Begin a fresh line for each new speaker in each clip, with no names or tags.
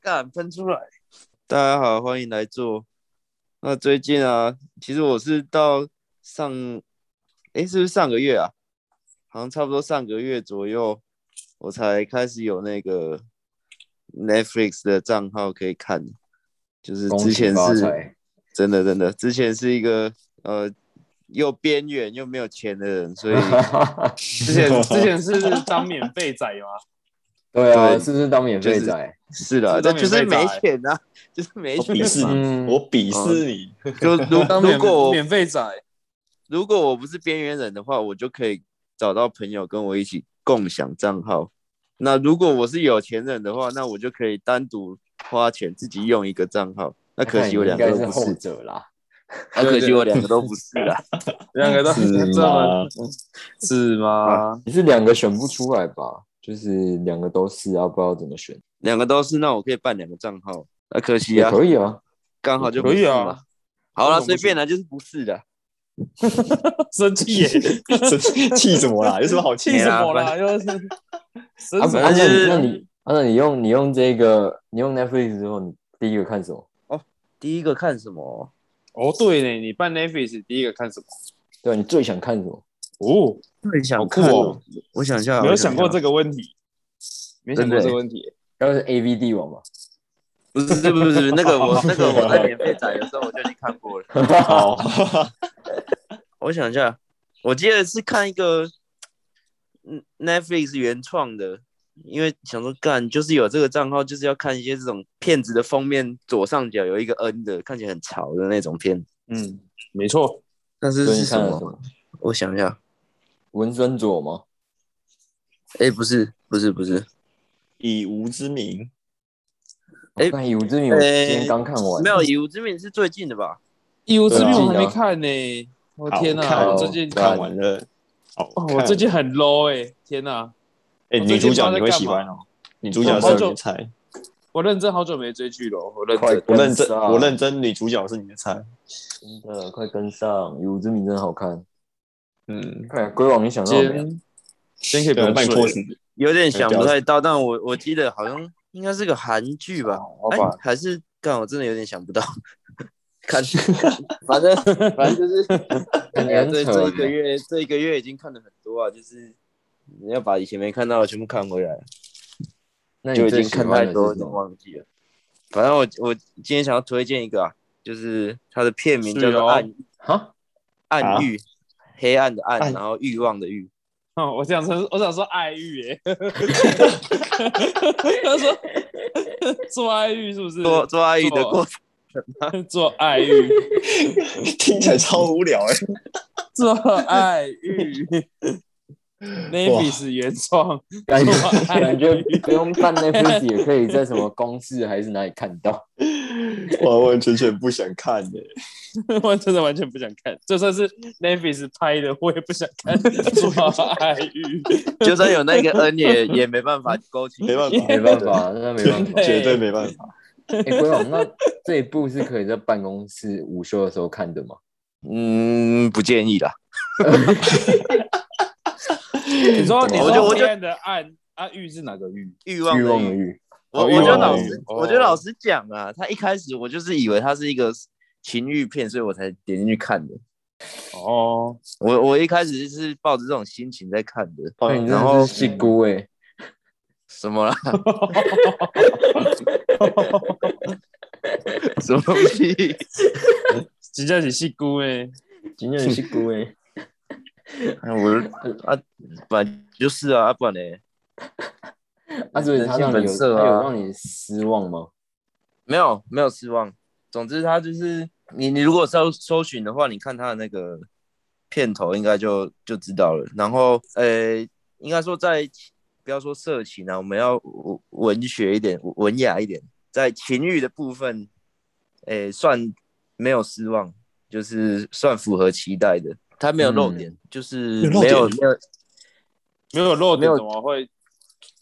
干喷出来！大家好，欢迎来做。那最近啊，其实我是到上，哎，是不是上个月啊？好像差不多上个月左右，我才开始有那个 Netflix 的账号可以看。就是
恭
之
喜
前
发
是
财
真的真的，之前是一个呃又边缘又没有钱的人， 所以
之前之前是当免费仔吗？
对啊，
对
是不是当免
就
费
是
仔？
是的，
这
但
都
就
免
是
费
没
找欸
钱啊， 就是没
我
钱
鄙视
嘛。
嗯
你，我鄙视你。
就如
当
如
免
果我
免费仔，
如果我不是边缘人的话，我就可以找到朋友跟我一起共享账号。那如果我是有钱人的话，那我就可以单独花钱自己用一个账号。那可惜我两个
应
都
该
不
是后
是，
者啦。
那可惜我两个都不是啦。
两个都
是吗
这么是吗？
你是两个选不出来吧？就是两个都是啊，不知道怎么选。
两个都是，那我可以办两个账号。那可惜
也
啊，
可以啊，
刚好就
可
不
以
是
啊
嘛。好了，
为什么不
随便啦，就是不是的。
生气耶！
气什么啦？有什么好
气
气
什
的？
么啦？又 是
啊，
生
不
什
啊
么
那
正就是
你
气？
那你啊，那你用你用这个，你用 Netflix 之后，你第一个看什么？
第一个看什么？
哦，对呢，你办 Netflix 第一个看什么？
对啊，你最想看什么？
哦，
最想
好酷
看
哦！
我想一下，
没有
我
想
一
过
下
这个问题，没想过
真的
这
耶
个问题。
要是 A V 帝王嘛？
不是不是不是不是那个 我那个我在免费仔的时候我就已经看过了。
哦
好，
我想一下，我记得是看一个嗯 Netflix 原创的，因为想说干就是有这个账号，就是要看一些这种片子的封面左上角有一个 N 的，看起来很潮的那种片。
嗯，没错，
但是
所以
是
你
什
看了
么
什？么？
我想一下，
文森佐吗？
哎、不是不是不是，
以无之名，
哎
哎，有之名我今天刚看完，
没有《以无之名》是最近的吧？
《义无之
对
名
啊》
我还没看呢。我
好
天
看
哪！
哦
我最近
看完了。好
哦，
看
我最近很 low 哎！天哪，
哎，
我
女
最近
主
不知道
角
在
你会
干
喜
嘛
欢哦。女主角
我好
是你
久
的菜，
我认真好久没追剧了，我认
快
真。
我
跟
认真，
上
啊
我认真，女主角是你的菜。
真的快跟上，有之名真的好看。
嗯，
快龟王，你想到
今
没有？
天今天可以不用
对啊，把你
睡
拖
了
死。
有点想
了
不
解
太到，但我我记得好像应该是个韩剧吧？
我
哎、
把
还是干，我真的有点想不到。看，反正反正就是，
感
哎
觉
呀
很
这这一
扯欸
个月这一个月已经看了很多啊，就是你要把以前没看到的全部看回来，
那
就
你
已
最
经
喜
看
欢
太
的
多，
是
已
什
经
么？
忘记了。反正我我今天想要推荐一个啊，就是它的片名
是
叫做
哦
《暗
哈，
暗
啊
欲》，黑暗的暗，
暗
然后欲望的欲。
哦，我想说，我想说爱欲耶，他说做爱欲是不是？
做做爱欲的过程，
做爱欲，
听起来超无聊哎。
做爱欲 ，Navis 原创，
感觉
做爱
感觉
欲，
不用办 Netflix 也可以在什么公式还是哪里看到。
完完全全不想看的、
我真的完全不想看，就算是 Navis 拍的，我也不想看做爱欲，
就算有那个恩也也没办法勾起。
没办法，
没办法，那没办法。
对
绝对没办法。
哎，龟王，那这一部是可以在办公室午休的时候看的吗？
嗯，不建议啦。
你说你
我就
说
我就
黑暗的暗啊欲是哪个欲？
欲望
欲
的
望的
欲。
欲，
我
哦
我
欲
觉得
望
老
的
师
欲，
我觉得
哦
老师讲啊，他一开始我就是以为它是一个情欲片，所以我才点进去看的。
哦，
我我一开始就是抱着这种心情在看的。
那哎你真
啊然
的
后
是戏骨哎，
什么啦？什么东西？
真正是戏骨诶，
真正是戏骨 哎。
哎我啊，本来就是啊，啊不然呢？
啊，所以他让
人
你
性
有
本色
他
啊
有让你失望吗？
没有没有失望。总之，他就是你你如果搜搜寻的话，你看他的那个片头应该就就知道了。然后呃，应该说在不要说色情啊，我们要文文学一点，文雅一点，在情欲的部分，呃，算没有失望，就是算符合期待的。他没有漏点，就是
有漏
没有
点
没有
没有漏
没
点
有
怎么会？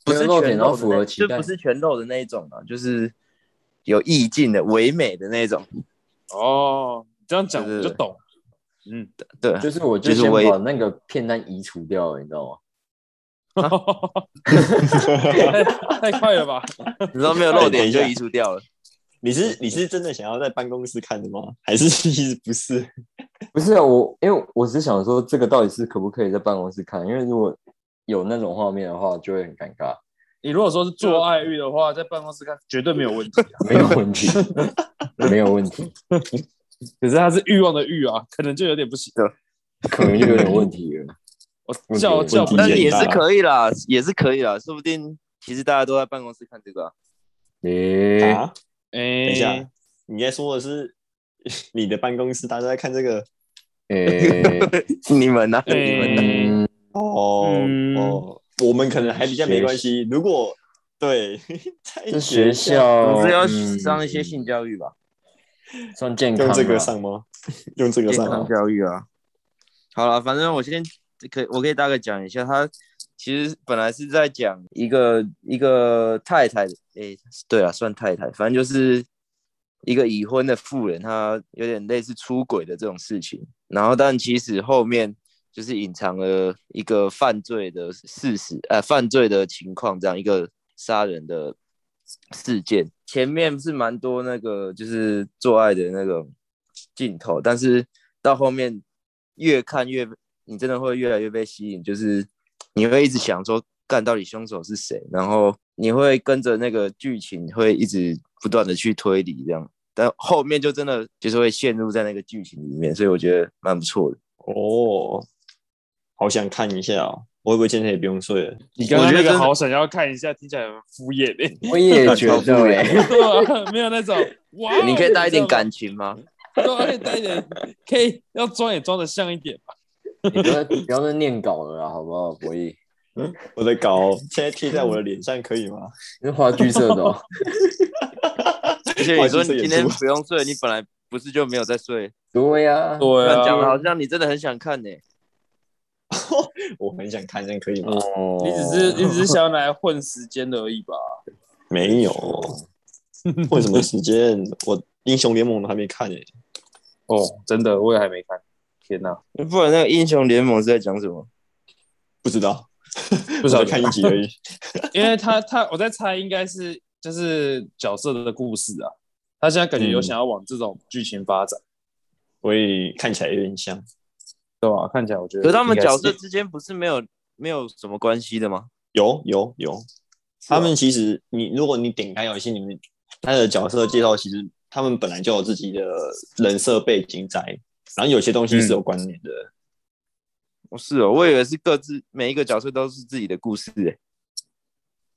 不是
没有漏
全
点然后
露
符合期
就
待
不是全露的那一种啊，就是有意境的、唯美的那种。
哦，你这样讲我就懂。嗯，
对，
就是我就
就是
先
我也
把那个片单移除掉了，你知道吗？
太太快了吧？
你知道没有漏点就移除掉了。
你是你是真的想要在办公室看的吗？还是 其实不是？
不是啊，我因为我只想说，这个到底是可不可以在办公室看？因为如果有那种画面的话，就会很尴尬。
你如果说是做爱欲的话，在办公室看绝对没有问题啊。
没有问 题，没有问题，
可是他是欲望的欲啊，可能就有点不行。
可能就有点问题了。
我叫叫不
问
但
题
是也
很大
是可以啦，也是可以啦，说不定其实大家都在办公室看这个、啊。
诶、
啊，
哎，
等一下，你应该说的是 你的办公室大家在看这个
诶、
你们呢、
哎
你们呢、
嗯，
哦、
嗯
哦，我们可能还比较没关系。如果对 在
这学
校
校
总之要
嗯
上一些性教育吧，
算健康啊
用
吧，
这个上吗？用这个
健
上
康
吗？
教育啊。好了，反正我先可以我可以大概讲一下，他其实本来是在讲一个一个太太，诶、对啊，算太太，反正就是一个已婚的妇人，她有点类似出轨的这种事情。然后，但其实后面就是隐藏了一个犯罪的事实，呃，犯罪的情况，这样一个杀人的事件。前面是蛮多那个就是做爱的那种镜头，但是到后面越看越，你真的会越来越被吸引，就是你会一直想说，干到底凶手是谁，然后你会跟着那个剧情会一直不断的去推理这样。但后面就真的就是会陷入在那个剧情里面，所以我觉得蛮不错的。
哦，好想看一下哦。我会不会今天也不用睡了？
你刚刚那
我觉得真的
个好想要看一下，听起来很敷衍诶。
我 也觉得、欸，
对啊， 没有那种哇哦，
哎你可以带一点
你知道吗
感情吗？
对啊，可以带一点，可以要装也装的像一点吧。
你不要不要再念稿了啦，好不好？博弈，
我的稿现在贴在我的脸上可以吗？
你是话剧社的、哦，
而且你说你今天
不好意思这演出
不用睡，你本来不是就没有在睡？
对呀、啊，
这
对
样讲的好像你真的很想看呢、
我很想看，这样可以吗？
哦
你只是你只是想要拿来混时间而已吧？
没有，为什么时间？我英雄联盟都还没看呢、
哦，真的，我也还没看。天哪，
不然那个英雄联盟是在讲什么？
不知道，
不
我
晓
才
得
看一集而已。
因为他他我在猜应该是就是角色的故事啊，他现在感觉有想要往这种剧情发展，
所以看起来有点像。
对吧？看起来我觉得，
可是他们角色之间不是没有没有什么关系的吗？
有有有，他们其实你如果你点开游戏里面，他的角色介绍其实他们本来就有自己的人设背景在，然后有些东西是有关联的。
哦，是哦，我以为是各自每一个角色都是自己的故事欸诶、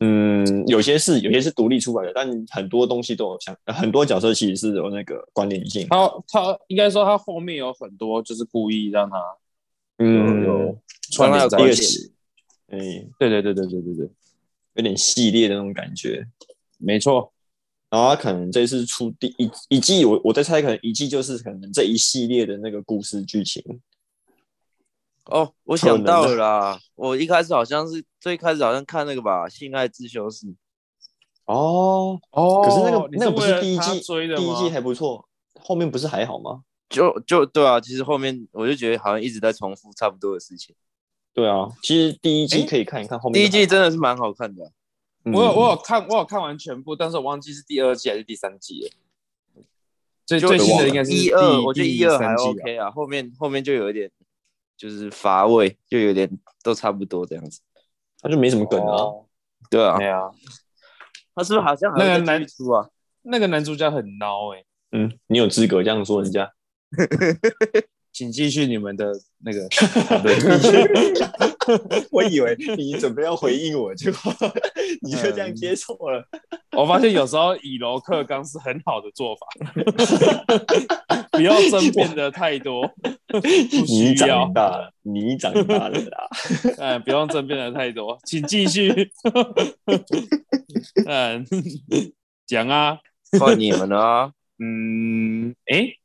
嗯有些是有些是独立出来的，但很多东西都有相，呃很多角色其实是有那个关联性。
他他应该说他后面有很多就是故意让他
嗯，
有
传到
串联
有
在
关
一
联
起。
嗯，
对对对对对对对，
有点系列的那种感觉。
没错，
然后他可能这次出第一一季，我我在猜，可能一季就是可能这一系列的那个故事剧情。
哦，我想到了啦，我一开始好像是最开始好像看那个吧，《性爱自修室》，
哦，
哦
可是那个
你
那个不
为了
第一
他
季
追的吗
第一季还不错，后面不是还好吗？
就就对啊，其实后面我就觉得好像一直在重复差不多的事情。
对啊，其实第一季
诶
可以看一看，后面嗯
第一
就
季真的是蛮好看的啊、
还好，
我有我
有
有看，我有看完全部，但是我忘记是第二季还是第三季了。最
就
最新的应该是
一二，我觉得
一
一二还
OK。
OK 啊，后面后面就有一点就是乏味，就有点都差不多这样子。
他就没什么梗啊。
哦
对啊，
对啊，
他是不是好像还
那
有
个男
在出啊？
那个男主角很孬哎、
嗯，你有资格这样说人家？
请继续你们的那个。
我以为你准备要回应我， 结果你就这样接受了。
我发现有时候以柔克刚是很好的做法， 不要争辩的太多，不
你
需要
长，大了，你长大了啦。
嗯，不用争辩的太多，请继续。 嗯，讲啊，
换你们了啊！
嗯，诶，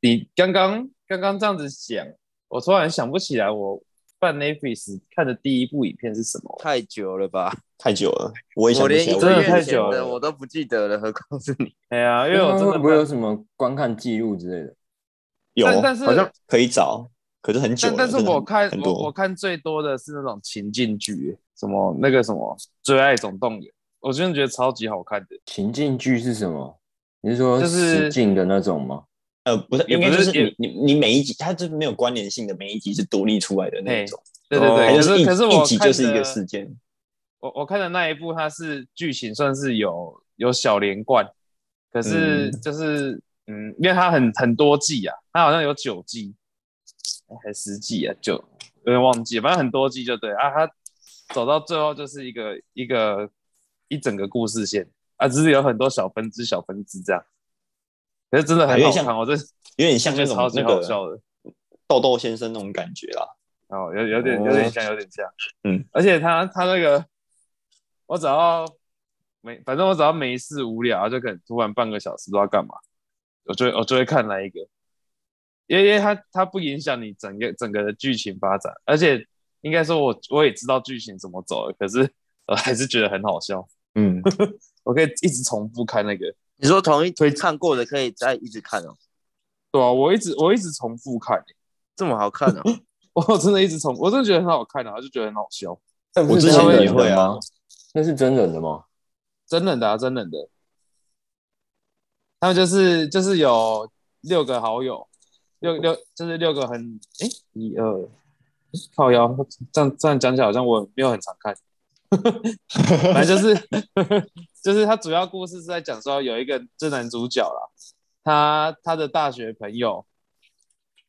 你刚刚刚刚这样子讲，我突然想不起来我办 Netflix 看的第一部影片是什么。
太久了吧？
太久了，我也想
我
不
连
起
一
来。
个
真的
月
太
前
久
的
了
我都不记得了，何况是你？
哎呀，因为我真
啊会
的
嗯不会有什么观看记录之类的？
有
但但是
好像可以找，可是很久
但
了，
但是
真的
我
很
看
很
我我
多，
看最多的是那种情境剧，什么那个什么《最爱总动员》，我真的觉得超级好看的。
情境剧是什么？你是说
就是
实境的那种吗？
呃，不是，
也
应
不
该就是
也
是你你你每一集，它就是没有关联性的，每一集是独立出来的那种，
对对
它
对，
就
可
是哦一
是可是我
一集
看
就是一
的
个事件，
我我看的那一部，它是剧情算是有有小连贯，可是就是嗯因为它很很多季啊，它好像有九季哎还十季啊，九有点忘记了，反正很多季就对啊。它走到最后就是一个一个一整个故事线啊，只是有很多小分支小分支这样，可是真的很
有
好
点像
看，我真的
有点像那种
超级
那
好
个
笑的。
豆豆先生那种感觉啦。
哦，有有点
哦
有点像，有点像，
嗯，
而且他他那个，我只要没，反正我只要没事无聊，就可能突然半个小时不知道干嘛，我就会我就会看那一个，因为因为它它不影响你整个整个的剧情发展，而且应该说我我也知道剧情怎么走了，可是我还是觉得很好笑，
嗯，
我可以一直重复看那个，
你说同一推看过的可以再一直看哦，
对啊，我一直我一直重复看、欸
这么好看 哦，
我真的一直重，我真的觉得很好看啊，就觉得很好笑，
那不
我
是
之
前
真
也
人的
会啊
吗？那是真人的吗？
真人的、啊，真人的。他们就是就是有六个好友，六六就是六个很哎、一二诶靠腰，这样这样讲起来好像我没有很常看，反正就是 就是他主要故事是在讲说有一个这男主角啦，他他的大学朋友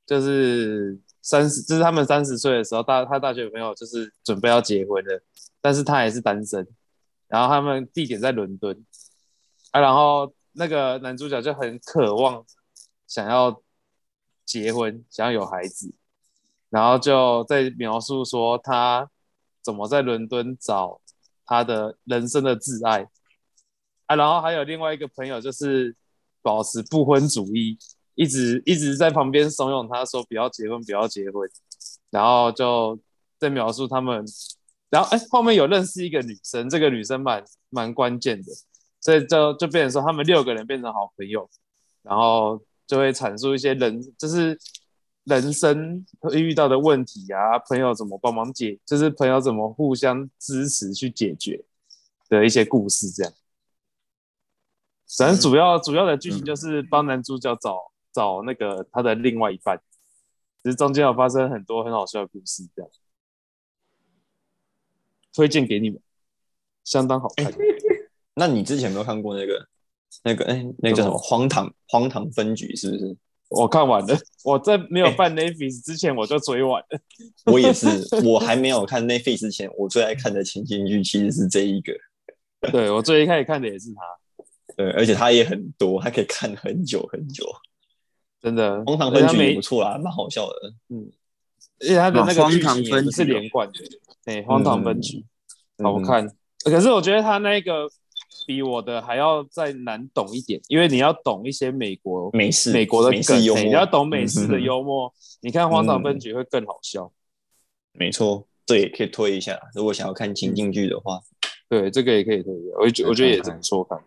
就是三十，就是他们三十岁的时候，大他大学朋友就是准备要结婚了，但是他还是单身。然后他们地点在伦敦啊，然后那个男主角就很渴望想要结婚，想要有孩子，然后就在描述说他怎么在伦敦找他的人生的挚爱啊，然后还有另外一个朋友就是保持不婚主义，一直一直在旁边怂恿他说不要结婚，不要结婚，然后就在描述他们，然后哎、后面有认识一个女生，这个女生蛮蛮关键的，所以就就变成说他们六个人变成好朋友，然后就会阐述一些人就是人生会遇到的问题啊，朋友怎么帮忙解，就是朋友怎么互相支持去解决的一些故事这样。反正主要、主要的剧情就是帮男主角找找那个他的另外一半，只是中间有发生很多很好笑的故事，这样推荐给你们，相当好看。
那你之前有没有看过那个那个哎，那个叫什么荒唐荒唐分局是不是？
我看完了，我在没有办 Navis 之前我就追完了。
我 也是，我还没有看 Netflix 之前，我最爱看的情景剧其实是这一个，
对我最一开始看的也是他，
对，而且它也很多，它可以看很久很久。
真的。
荒唐
而且
分
他
局也
每
不，错啦，蛮好笑的。
而且他的那
哇
个
荒
剧
唐
情也
分
不是
局哦
连贯的。对，荒唐分局
嗯
好看。可是我觉得他那个比我的还要再难懂一点，因为你要懂一些美国
美式
美国的
嗯美
梗，
式幽
你要
默，嗯
懂美式的幽默，你看《荒唐分局》会更好笑。
没错，这也可以推一下。如果想要看情景剧的话，
对，这个也可以推荐，我觉我觉得也是不错看。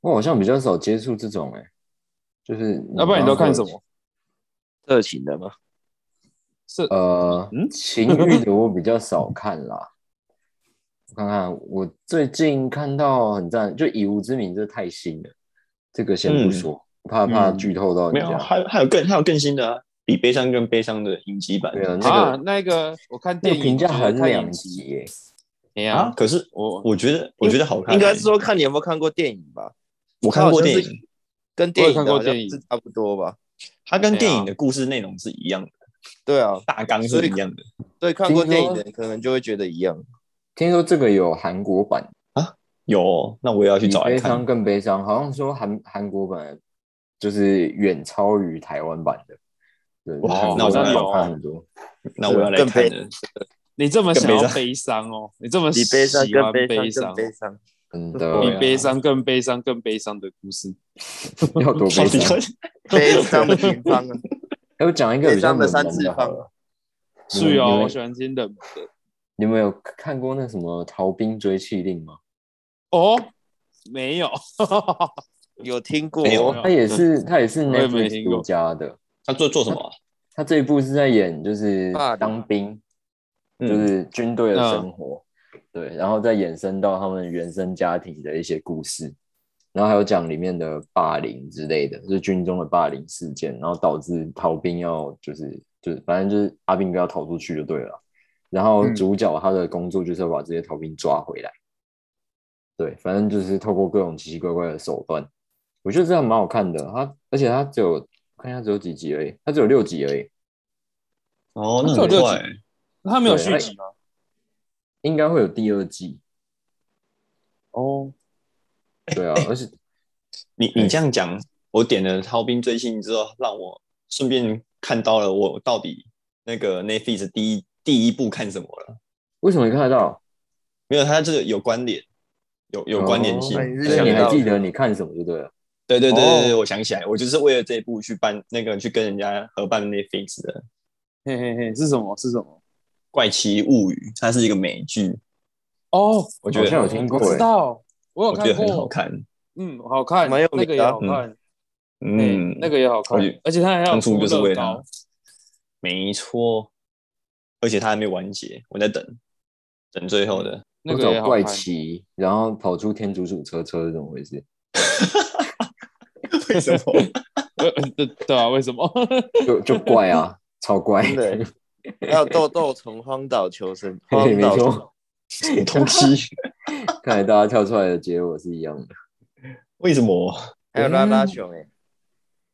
我好像比较少接触这种哎、就是
要啊不然你都看什
么？
么？
特情的吗？
是
呃，
嗯
情欲的我比较少看啦。我看看，我最近看到很赞，就《以无之名》，这太新了，这个先不
嗯
说，怕怕
嗯
剧透到人
没有，
家。
还有还有更还有更新的啊，比悲伤更悲伤的影集版
对啊那个
啊，那个我看
那
电
个
影
评价很两
两
极欸耶，
哎
啊
呀。，
可是
我
我觉得我觉得好看欸，
应该是说看你有没有看过电影吧，
我看过
它好像
电
是
影，
跟电影的
我也看过
好像
电影
是差不多吧？
它跟
对啊
电影的故事内容是一样的，
对啊，
大纲
所
是
以
一样的。
所以看过
听说
电影的人可能就会觉得一样。
听说这个有韩国版，
有哦，那我也要去
比
找来
悲伤
看。
更悲伤，好像说韩韩国版就是远超于台湾版的。对，
哇
韩国
那我
版
要
好看
有
很多。
那我要来看
更
了。
你这么
更
想
悲
要
伤
悲伤哦，你这么
比
喜
悲伤
欢
更悲伤
悲伤
更，悲伤，
真
对
的
啊
比悲伤更悲伤更悲伤的故事。
要多悲
到底
伤
要？
悲伤的平方啊！
要不讲一个
悲
比较
伤的
冷
三
门
次
的好
方
了。你们
是
你
哦，
们
我喜欢听冷门的。
你们有看过那什么《逃兵追妻令》吗？
哦，没有，
有听过？
没有
它也是，它也是
我也没听
Netflix
过
独家的，
他做做什么啊？
他这一部是在演就是
霸凌
当兵，
嗯
就是军队的生活，对，然后再衍生到他们原生家庭的一些故事，然后还有讲里面的霸凌之类的，就是军中的霸凌事件，然后导致逃兵要就是就是反正就是阿兵哥要逃出去就对了，然后
嗯
主角他的工作就是要把这些逃兵抓回来，对，反正就是透过各种奇奇怪怪的手段，我觉得这样蛮好看的，它而且它只有我看一下只有几集而已，它只有六集而已。
哦，
这
那
有
很
六
快
集
欸，
那他没有
对
续
那
集吗？
应该会有第二季，
哦，
对啊，而且
你你这样讲，我点了《逃兵追星》之后，让我顺便看到了我到底那个 Netflix 第一第一部看什么了。
为什么你看得到？
没有，它这个有关联，有有关联性。
哦
那你是
所以
想
你还
到
记得你看什么就对了。
对对对
哦
对对，我想起来，我就是为了这一部去办那个去跟人家合办 Netflix 的《
嘿嘿嘿，是什么？是什么？
怪奇物语》，它是一个美剧，
哦，
我觉得
好像有听过
我知道，我有
欸我觉
看过，
得很好。看。
嗯，好看，
蛮有
那个
名
也
的啊
好看，哎
嗯，
那个也好看
我觉得，
而且他还要
当初就是为
乐
它
高，，
没错，而且它还没完结，我在等等最后的。
那
我
个也
找
好看
怪。奇，然后跑出天竺鼠车车是怎么回事？
为什么？
呃呃对对啊，为什么？
就就怪啊，超怪，
真的欸，还有豆豆从荒岛求生，荒
嘿没
岛求
错。
什么东西？
看来大家跳出来的结果是一样的。
为什么？
还有拉拉熊哎、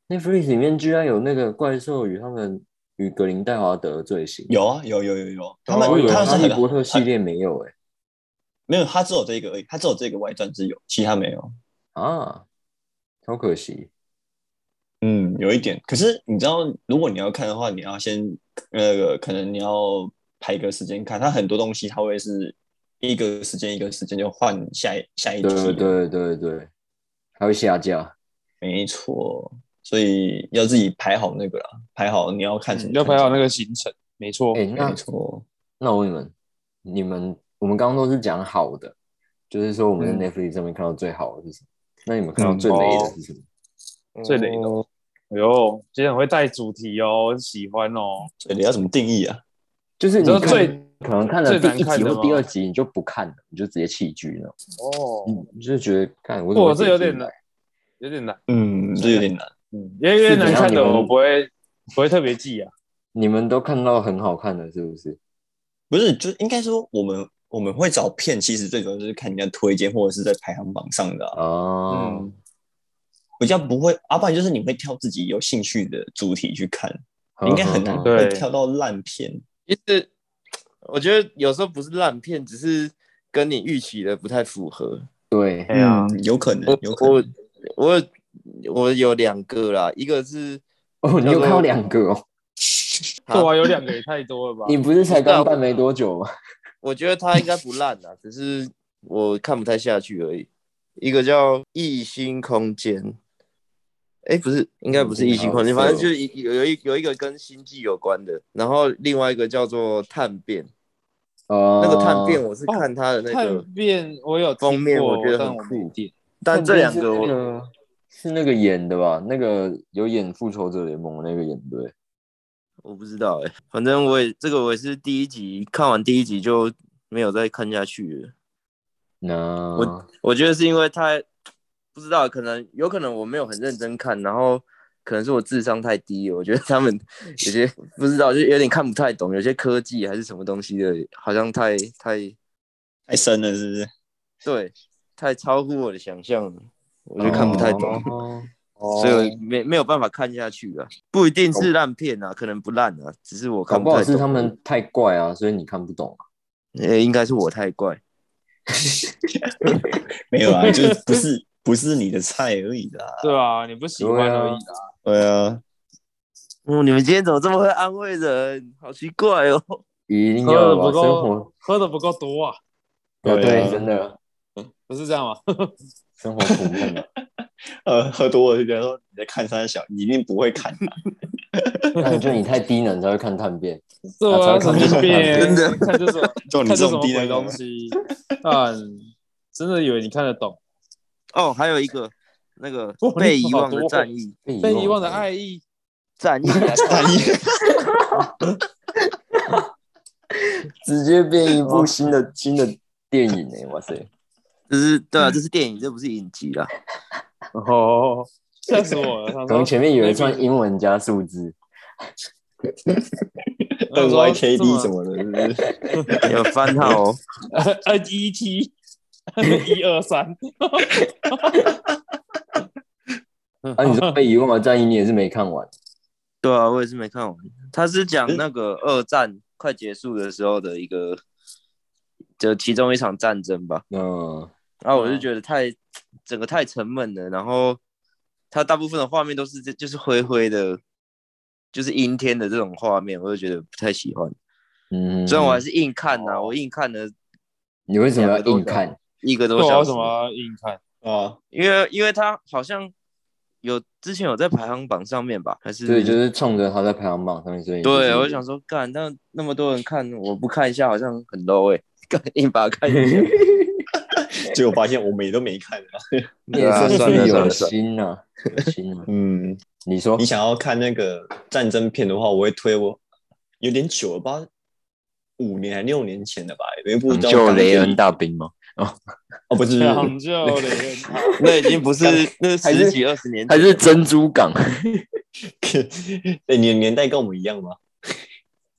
Netflix 里面居然有那个怪兽与他们与格林戴华德的罪行，
有啊，有有有有，他
哦我以为
们他
哈
是
利
很
波特系列没有哎、
没有，他只有这个而已，他只有这个外传是有，其他没有。
啊，超可惜。
嗯，有一点。可是你知道，如果你要看的话，你要先那个，可能你要排个时间看。它很多东西它会是一个时间一个时间就换下一下一季。
对对对对，还会下架。
没错。所以要自己排好那个啦，排好你要看什么，
嗯要排好那
个。
个行程，没错
哎、。那
没错，
那我问你们，你们我们刚刚都是讲好的，就是说我们
嗯
在 Netflix 上面看到最好的是什么？那你们看到最
嗯
雷
哦
的是什么？
最雷的
哦
哎呦，今天很会带主题哦，很喜欢哦。
所以你要怎么定义啊？
就是
你知道
你看
最
可能看了
最
第
难
一
看
集
的
或
吗
第二集，你就不看了，你就直接弃剧了，
哦，
你就觉得看我怎么会
我哦这有
点
点
进来，
难有点难，
嗯，这有点难。
嗯，因为因为
是怎
难
样
看的
你们
我不会不会特别记啊。
你们都看到很好看的，是不是？
不是，就应该说我们我们会找片，其实最主要就是看人家推荐或者是在排行榜上的啊、
哦，
嗯，
比较不会，啊，不然就是你会挑自己有兴趣的主题去看，
呵
应该很难
呵呵
对
会跳到烂片。
其实我觉得有时候不是烂片，只是跟你预期的不太符合。
对，
哎呀，
嗯，有可能
我，
有可
我
能。
我我有两个啦，一个是
哦，你
叫
又看到
做
两个哦，
做完有两个也太多了吧？
你不是才刚办没多久吗？
我觉得它应该不烂啦，只是我看不太下去而已。一个叫《异星空间》，哎，不是，应该不是《异星空间》，反正就是一有有一有一个跟星际有关的，然后另外一个叫做《探变》，
哦，
那个《探变》我是看它的那个
看遍我有听
封面
过
我觉得
但
很
我没
酷
点
但这两个
是那
我
个是那个演的吧？那个有演《复仇者联盟》的那个演对，
我不知道哎、反正我也这个我也是第一集看完第一集就没有再看下去了。
那
我觉得是因为他不知道，可能有可能我没有很认真看，然后可能是我智商太低了。我觉得他们有些不知道，就有点看不太懂，有些科技还是什么东西的，好像太太
太深了，是不是？
对，太超乎我的想象了，我就看不太懂，
哦
所以我没没有办法看下去啊。不一定是烂片啊，可能不烂啊，只是我
搞
看
不
太
好
懂。
是他们太怪啊，所以你看不懂啊。
呃、应该是我太怪。
没有啊，就是不是不是你的菜而已啦。
对啊，你不喜欢而已啦。
对啊，
哦，你们今天怎么这么会安慰人？好奇怪哦。
一定
喝
要
的
把
不
生
够
活，，
喝的不够多啊，
对
对啊
真的
不是这样吗？
生活苦闷啊。
呃，喝多了就觉得说你在看三小，你一定不会看啊。
但就你太低能才会看探变，
这我要神经病，
真的
看这种
就你
看
这
这什么
种低
鬼
能
东
儿
西，啊，真的以为你看得懂？
哦，还有一个那个
哇
被
你
遗
好
忘的
多
战役，
被
被遗忘的
爱。
爱意，
战役啊，
直接变一部新的新的电影 哎、哇塞！
这是对啊，这是电影，这不是影集啦。
哦， 吓死我了！
可能前面有人算英文加数 字，
但是 YKD 什
么
么的，是不是？
有番号哦，
N E T 一二三，
啊，你说被遗忘的战役你也是没看完，
对啊，我也是没看完。他是讲那个二战快结束的时候的一个，就其中一场战争吧。
嗯，
然后我就觉得太整个太沉闷了，然后它大部分的画面都是这就是灰灰的，就是阴天的这种画面，我就觉得不太喜欢。
嗯，
虽然我还是硬看呐、我硬看了
你为什么要硬看？
一个多
我
小
啊为
时
什，么要硬看？
啊，
因为因为它好像有之前有在排行榜上面吧，还是
对，就是冲着他在排行榜上面，所以
对，我就
我
想说，干，那那么多人看，我不看一下好像很 low 哎、干硬把它看一 下，
结果发现我们也都没看啊。
你也算
算
是
了算
有
了算了，
心呐，有心啊。
嗯，
你说
你想要看那个战争片的话，我会推我有点久了，不知道五年还六年前的吧，有一部叫《
就
钢
雷
铁
恩大兵吗？
哦，不是，不
抢救雷恩塔，
那已经不是那
还是
十几二十年
还
前
是珍珠港？
是， 对，你的年代跟我们一样吗？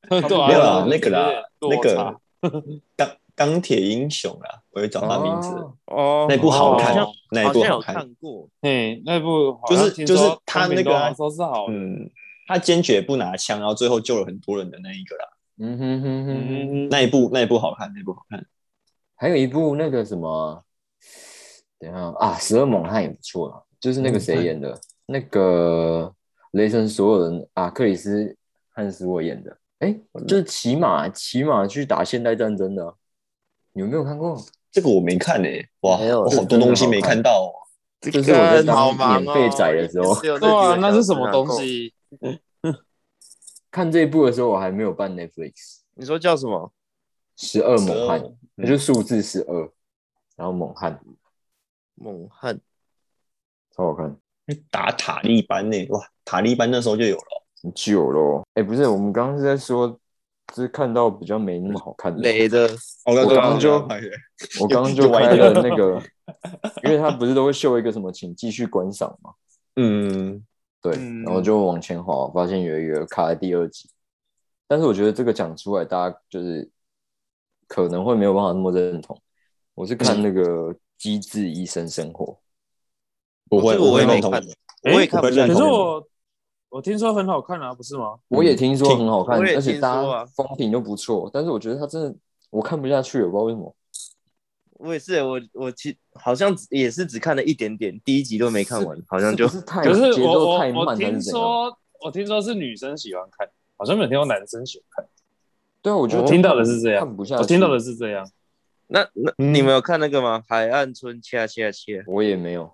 对啊，
没有啦，那个啦，
有点
那
落差
个 钢钢铁英雄啦，我会找他名字，
哦
哦，
那部好看
好像，
那一
好
部
像
好
有
看。
看过，
嘿，那部好
就是
像听说
就是他
同名
那个
都
啊
好像说是好的，
嗯，他坚决不拿枪，然后最后救了很多人的那一个啦，
嗯哼哼哼哼。
嗯，
那一部那一部好看，那一部好看。
还有一部那个什么，等一下啊，《十二猛汉》也不错啦，就是那个谁演的，那个雷神所有人啊，克里斯汉斯沃演的，哎、就是骑马骑马去打现代战争的啊，你有没有看过？
这个我没看诶、哇，
没有
我好
这
多
个
东西
好
没
看
看到、哦。
这
就是我在
个好
当
忙
免
哦
费仔的时候，
对啊，那是什么东？西？
看这一部的时候，我还没有办 Netflix，《
你说叫什么？
十二
十
猛
二
汉》，
嗯
它就数字十二，然后猛汉，
猛汉
超好看。
打塔利班呢、哇，塔利班那时候就有了。
很久了哦，哎、不是，我们刚刚是在说，就是看到比较没那么好看的。
雷的
我
我刚刚就我刚刚就开了那个，因为他不是都会秀一个什么，请继续观赏嘛，
嗯，
对，
嗯
然后就往前滑，发现有一个卡在第二集，但是我觉得这个讲出来，大家就是可能会没有办法那么认同。我是看那个《机智医生生活》
嗯
我会
这个我
会
也没
认同
看
你，
我也看不下
哎
去
可
我
是
会认同
我我听说很好看啊，不是吗？
我也听说很好看，
我也
而且
听
大
说
家
啊
风评都不错，但是我觉得他真的我看不下去，我不知道为什么。
我也是，欸我我其好像只也是只看了一点点，第一集都没看完，好像就是
不是 太
可是
节
我
奏
我
太慢
我
还
听
是怎样？
说我听说是女生喜欢看，好像没有听到男生喜欢
对啊，我就
我听到的是这样
看不下
看，
去。
我听到的，是这样。
那那
嗯
你们有看那个吗？海岸村恰恰切
我也没有。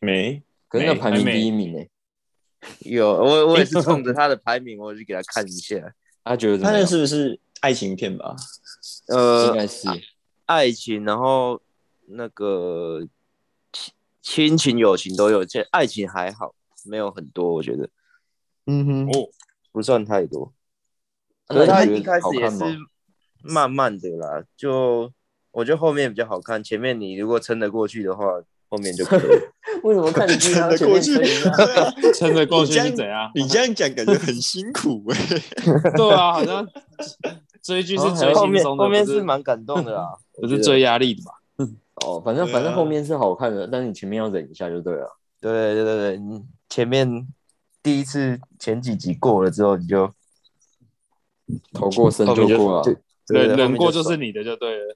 没
可是那
没
排名
还没
第一名呢、欸
有，我我也是冲着他的排名，我去给他看一下。
他觉得怎
他
么
那
样？
是不是爱情片吧？
应
呃，
该是
爱情，然后那个亲亲情、友情都有，这爱情还好，没有很多，我觉得
嗯哼，
不算太多。可
那
是他一
你觉得
开
好
始也
看
是
吗？
慢慢的啦，就我觉得后面比较好看，前面你如果撑得过去的话，后面就可以。
为什么看你经
撑
常
得
前
过
面
去
吹一下？
对啊
撑得过去
你这样
是怎样？
你这样讲感觉很辛苦哎、
对啊，好像追剧是
然后还
追
有
后
轻
面
松的，
后面
不
是
是
蛮感动的啦，
不是追压力的吧？
哦，反正
对啊
反正后面是好看的，但是你前面要忍一下就对了。
对对对对，你前面第一次前几集过了之后，你就
头过身
后
就
面就
过啊了。
忍忍过就是是你的就对了。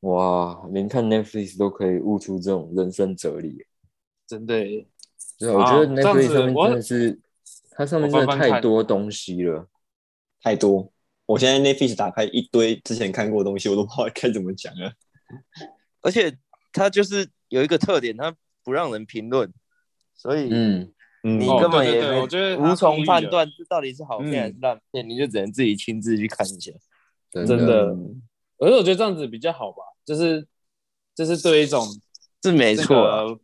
哇，连看 Netflix 都可以悟出这种人生哲理耶。
真的耶，
对啊，我
啊
觉得
这样
Netflix
子
上面
我
真的是，它上面
我
真
翻
的
翻
太
看
多东西了。
太多。我现在 Netflix 打开一堆之前看过的东西，我都不知道该怎么讲了。
而且它就是有一个特点，它不让人评论，所以
嗯，
嗯
你
哦
根本
对对
也
对
没
我觉得它
无从
故意
判
的
断这到底是好片还是
嗯
烂片，你就只能自己亲自去看一下。
真
真
的
的可是我觉得这样子比较好吧，就是就是对一种
是没
这
错啊，
个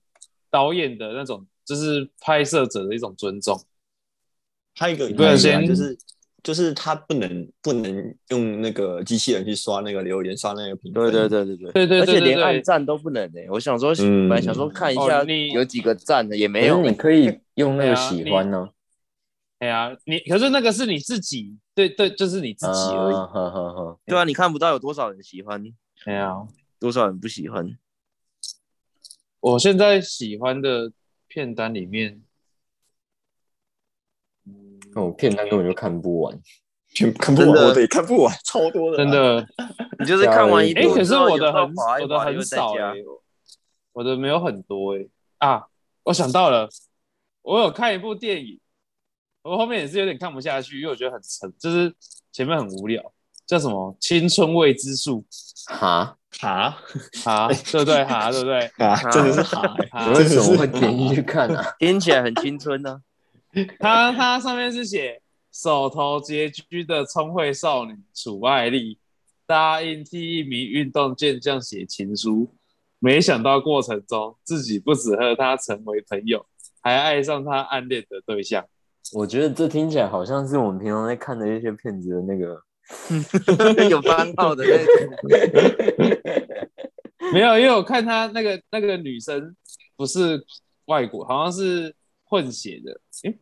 导演的那种，就是拍摄者的一种尊重。
还有一个
不能
还有一个啊
先
就是就是他不能不能用那个机器人去刷那个留言，刷那个评
对
分。
对对对对，
对对
而
对
且
对
连按
对，
赞都不能诶、我想说，
嗯
本来想说看一下
哦你
有几个赞的，也
可
没
是
有。欸
你可以用那
对
个
啊
喜欢呢、
哎呀，你可是那个是你自己，对对，就是你自
啊，
己
嗯
而已。
呵呵呵，
对啊，你看不到有多少人喜欢，
哎呀，
多少人不喜欢。
我现在喜欢的片单里面，嗯
那我片单根本就看不完。
全看不
真的
完，对，看不完，超多的啊、
真的，
你就是
啊
看完一
哎、
部
可
之
是
后，
我的
有时候
很
滑一
我的
滑又
很
在
少
家
哎、我的没有很多哎、啊，我想到了，我有看一部电影，我后面也是有点看不下去，因为我觉得很沉，就是前面很无聊，叫什么《青春未知数
哈，
哈》
啊，对不对？哈，对不对？
哈， 真的是哈、
哈
你为什么会点进去看啊？
听起来很青春啊呢、
它它上面是写手头拮据的聪慧少女楚爱丽答应替一名运动健将写情书，没想到过程中自己不只和他成为朋友，还爱上他暗恋的对象。
我觉得这听起来好像是我们平常在看的一些片子的那个，
有番号 的那种。
没有，因为我看他那个那个女生不是外国，好像是混血的，诶、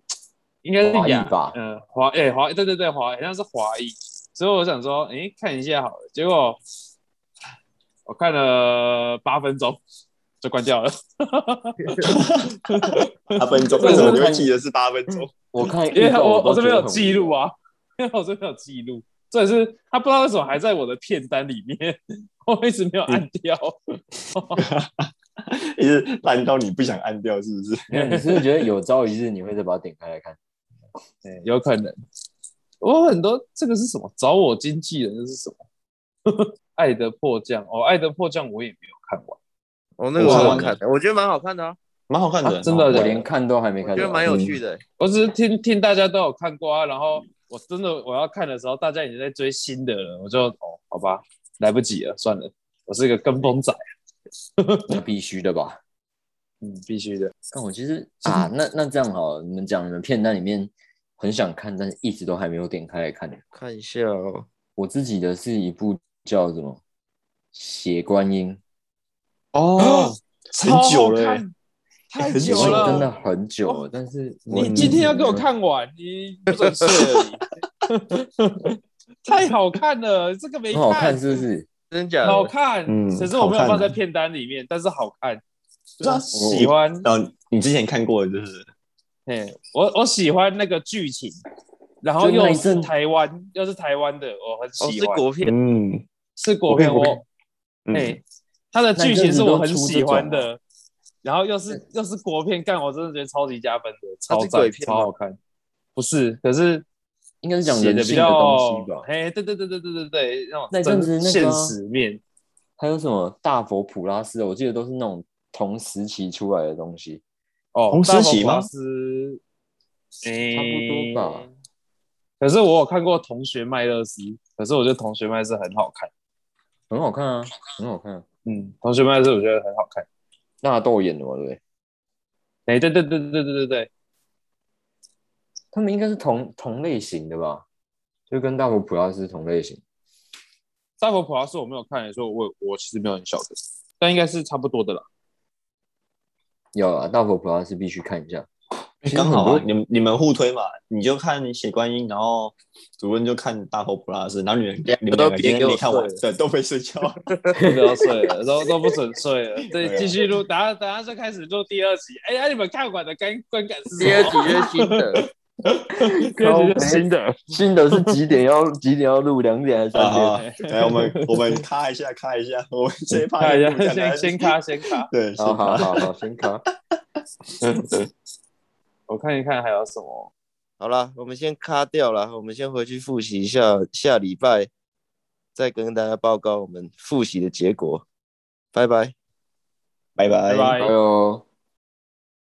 应该
华
是
裔
亚
吧
嗯、华诶、华对对对华，好像是华裔，所以我想说，诶、看一下好了，结果我看了八分钟就关掉了，
八分钟，为什么你会记得是八分钟？
我看
因为
预告
我
都
我这边
觉
有
得很
记录
无聊，
啊， 因为我这边有记录，这也是他不知道为什么还在我的片单里面， 我一直没有按掉。
一直烂到你不想按掉，是不是？
没有你是不是觉得有朝一日你会再把它点开来看？
对，哎有可能。我很多这个是什么？找我经纪人这是什么？ 爱的迫降哦，爱的迫降我也没有看完，
哦，那个
我
我好
看
看的，我觉得蛮好看的啊，
蛮好看的，
啊真的
我
对
连看都还没
我
看
觉
到
得，蛮有趣的、
我只是听听大家都有看过啊，然后我真的我要看的时候，大家已经在追新的了，我就哦，好吧，来不及了，算了，我是一个跟风仔，
那必须的吧？
嗯，必须的。
但我其实啊，那那这样好了，你们讲你们片段里面很想看，但是一直都还没有点开来看。
看一下哦，
我自己的是一部叫什么《血观音
哦，
很久了欸，
太
很》，
久
久
我
了，
真的很久了，
哦
但是我嗯
你今天要给我，看完，你不准睡了你太好看了，这个没
很好看是不是？
真假
好
的？
看，
嗯
只是我没有
好看
放在片单里面，但是好看，
对啊
喜欢。
哦，你之前看过的就是
嘿，我我喜欢那个剧情，然后
就那
又
一
是
阵
台湾，又是台湾的，我很
哦，
喜
是
欢。
国片，
嗯
是国片，
国片
我
嗯
嘿，它的剧情是我很喜
那
欢
一阵子都出这
的，然后又是又是国片，干我真的觉得超级加分的，
它
超
是
赞
鬼，片
超
吗
好看。不是，可是
应该是讲
写
人
的比
性的
较
东西吧，？
嘿，对对对对对对对，那种
那阵子
真
那个
现
啊
实面，
还有什么大佛普拉斯，我记得都是那种同时期出来的东西。
哦，
红
大佛
丝喜吗
华斯，诶
差不多吧。
可是我有看过《同学麦乐斯》，可是我觉得《同学麦乐斯》很好看。
很好看啊，很好看、啊。
嗯，《同学麦乐斯》我觉得很好看。
纳豆演的嘛，对不对？
诶，对对对对对对对对，
他们应该是同同类型的吧？就跟大佛普拉斯同类型。
大佛普拉斯我没有看，所以我我其实没有很晓得，但应该是差不多的啦。
有啊，大佛普拉斯必须看一下。其实
刚
很
好
多
啊，你们你们互推嘛，你就看血观音，然后主任就看大佛普拉斯，然后你们
两个
你们
都
两个今
别给
天
我
没看完
睡，
对，都没睡觉。
不要睡了，都都不准睡了。
对
对，
啊
继续录，等下等下就开始录第二集。哎、呀、你们看完的感观感是
第二
什
集
么？
就是新的，
第二集就是新的，
新的是几 点要几点要录？两点还是三点？
啊，来，我们我们咔一下，咔一下，我们这一 趴
看一
也
下
不，讲
哎先先卡先卡，
对，先
好好
卡。
好好，先 卡。
我看一看还有什么。
好啦，我们先卡掉啦，我们先回去复习一下，下礼拜再跟大家报告我们复习的结果，拜拜。
拜拜
拜拜
哎
还有。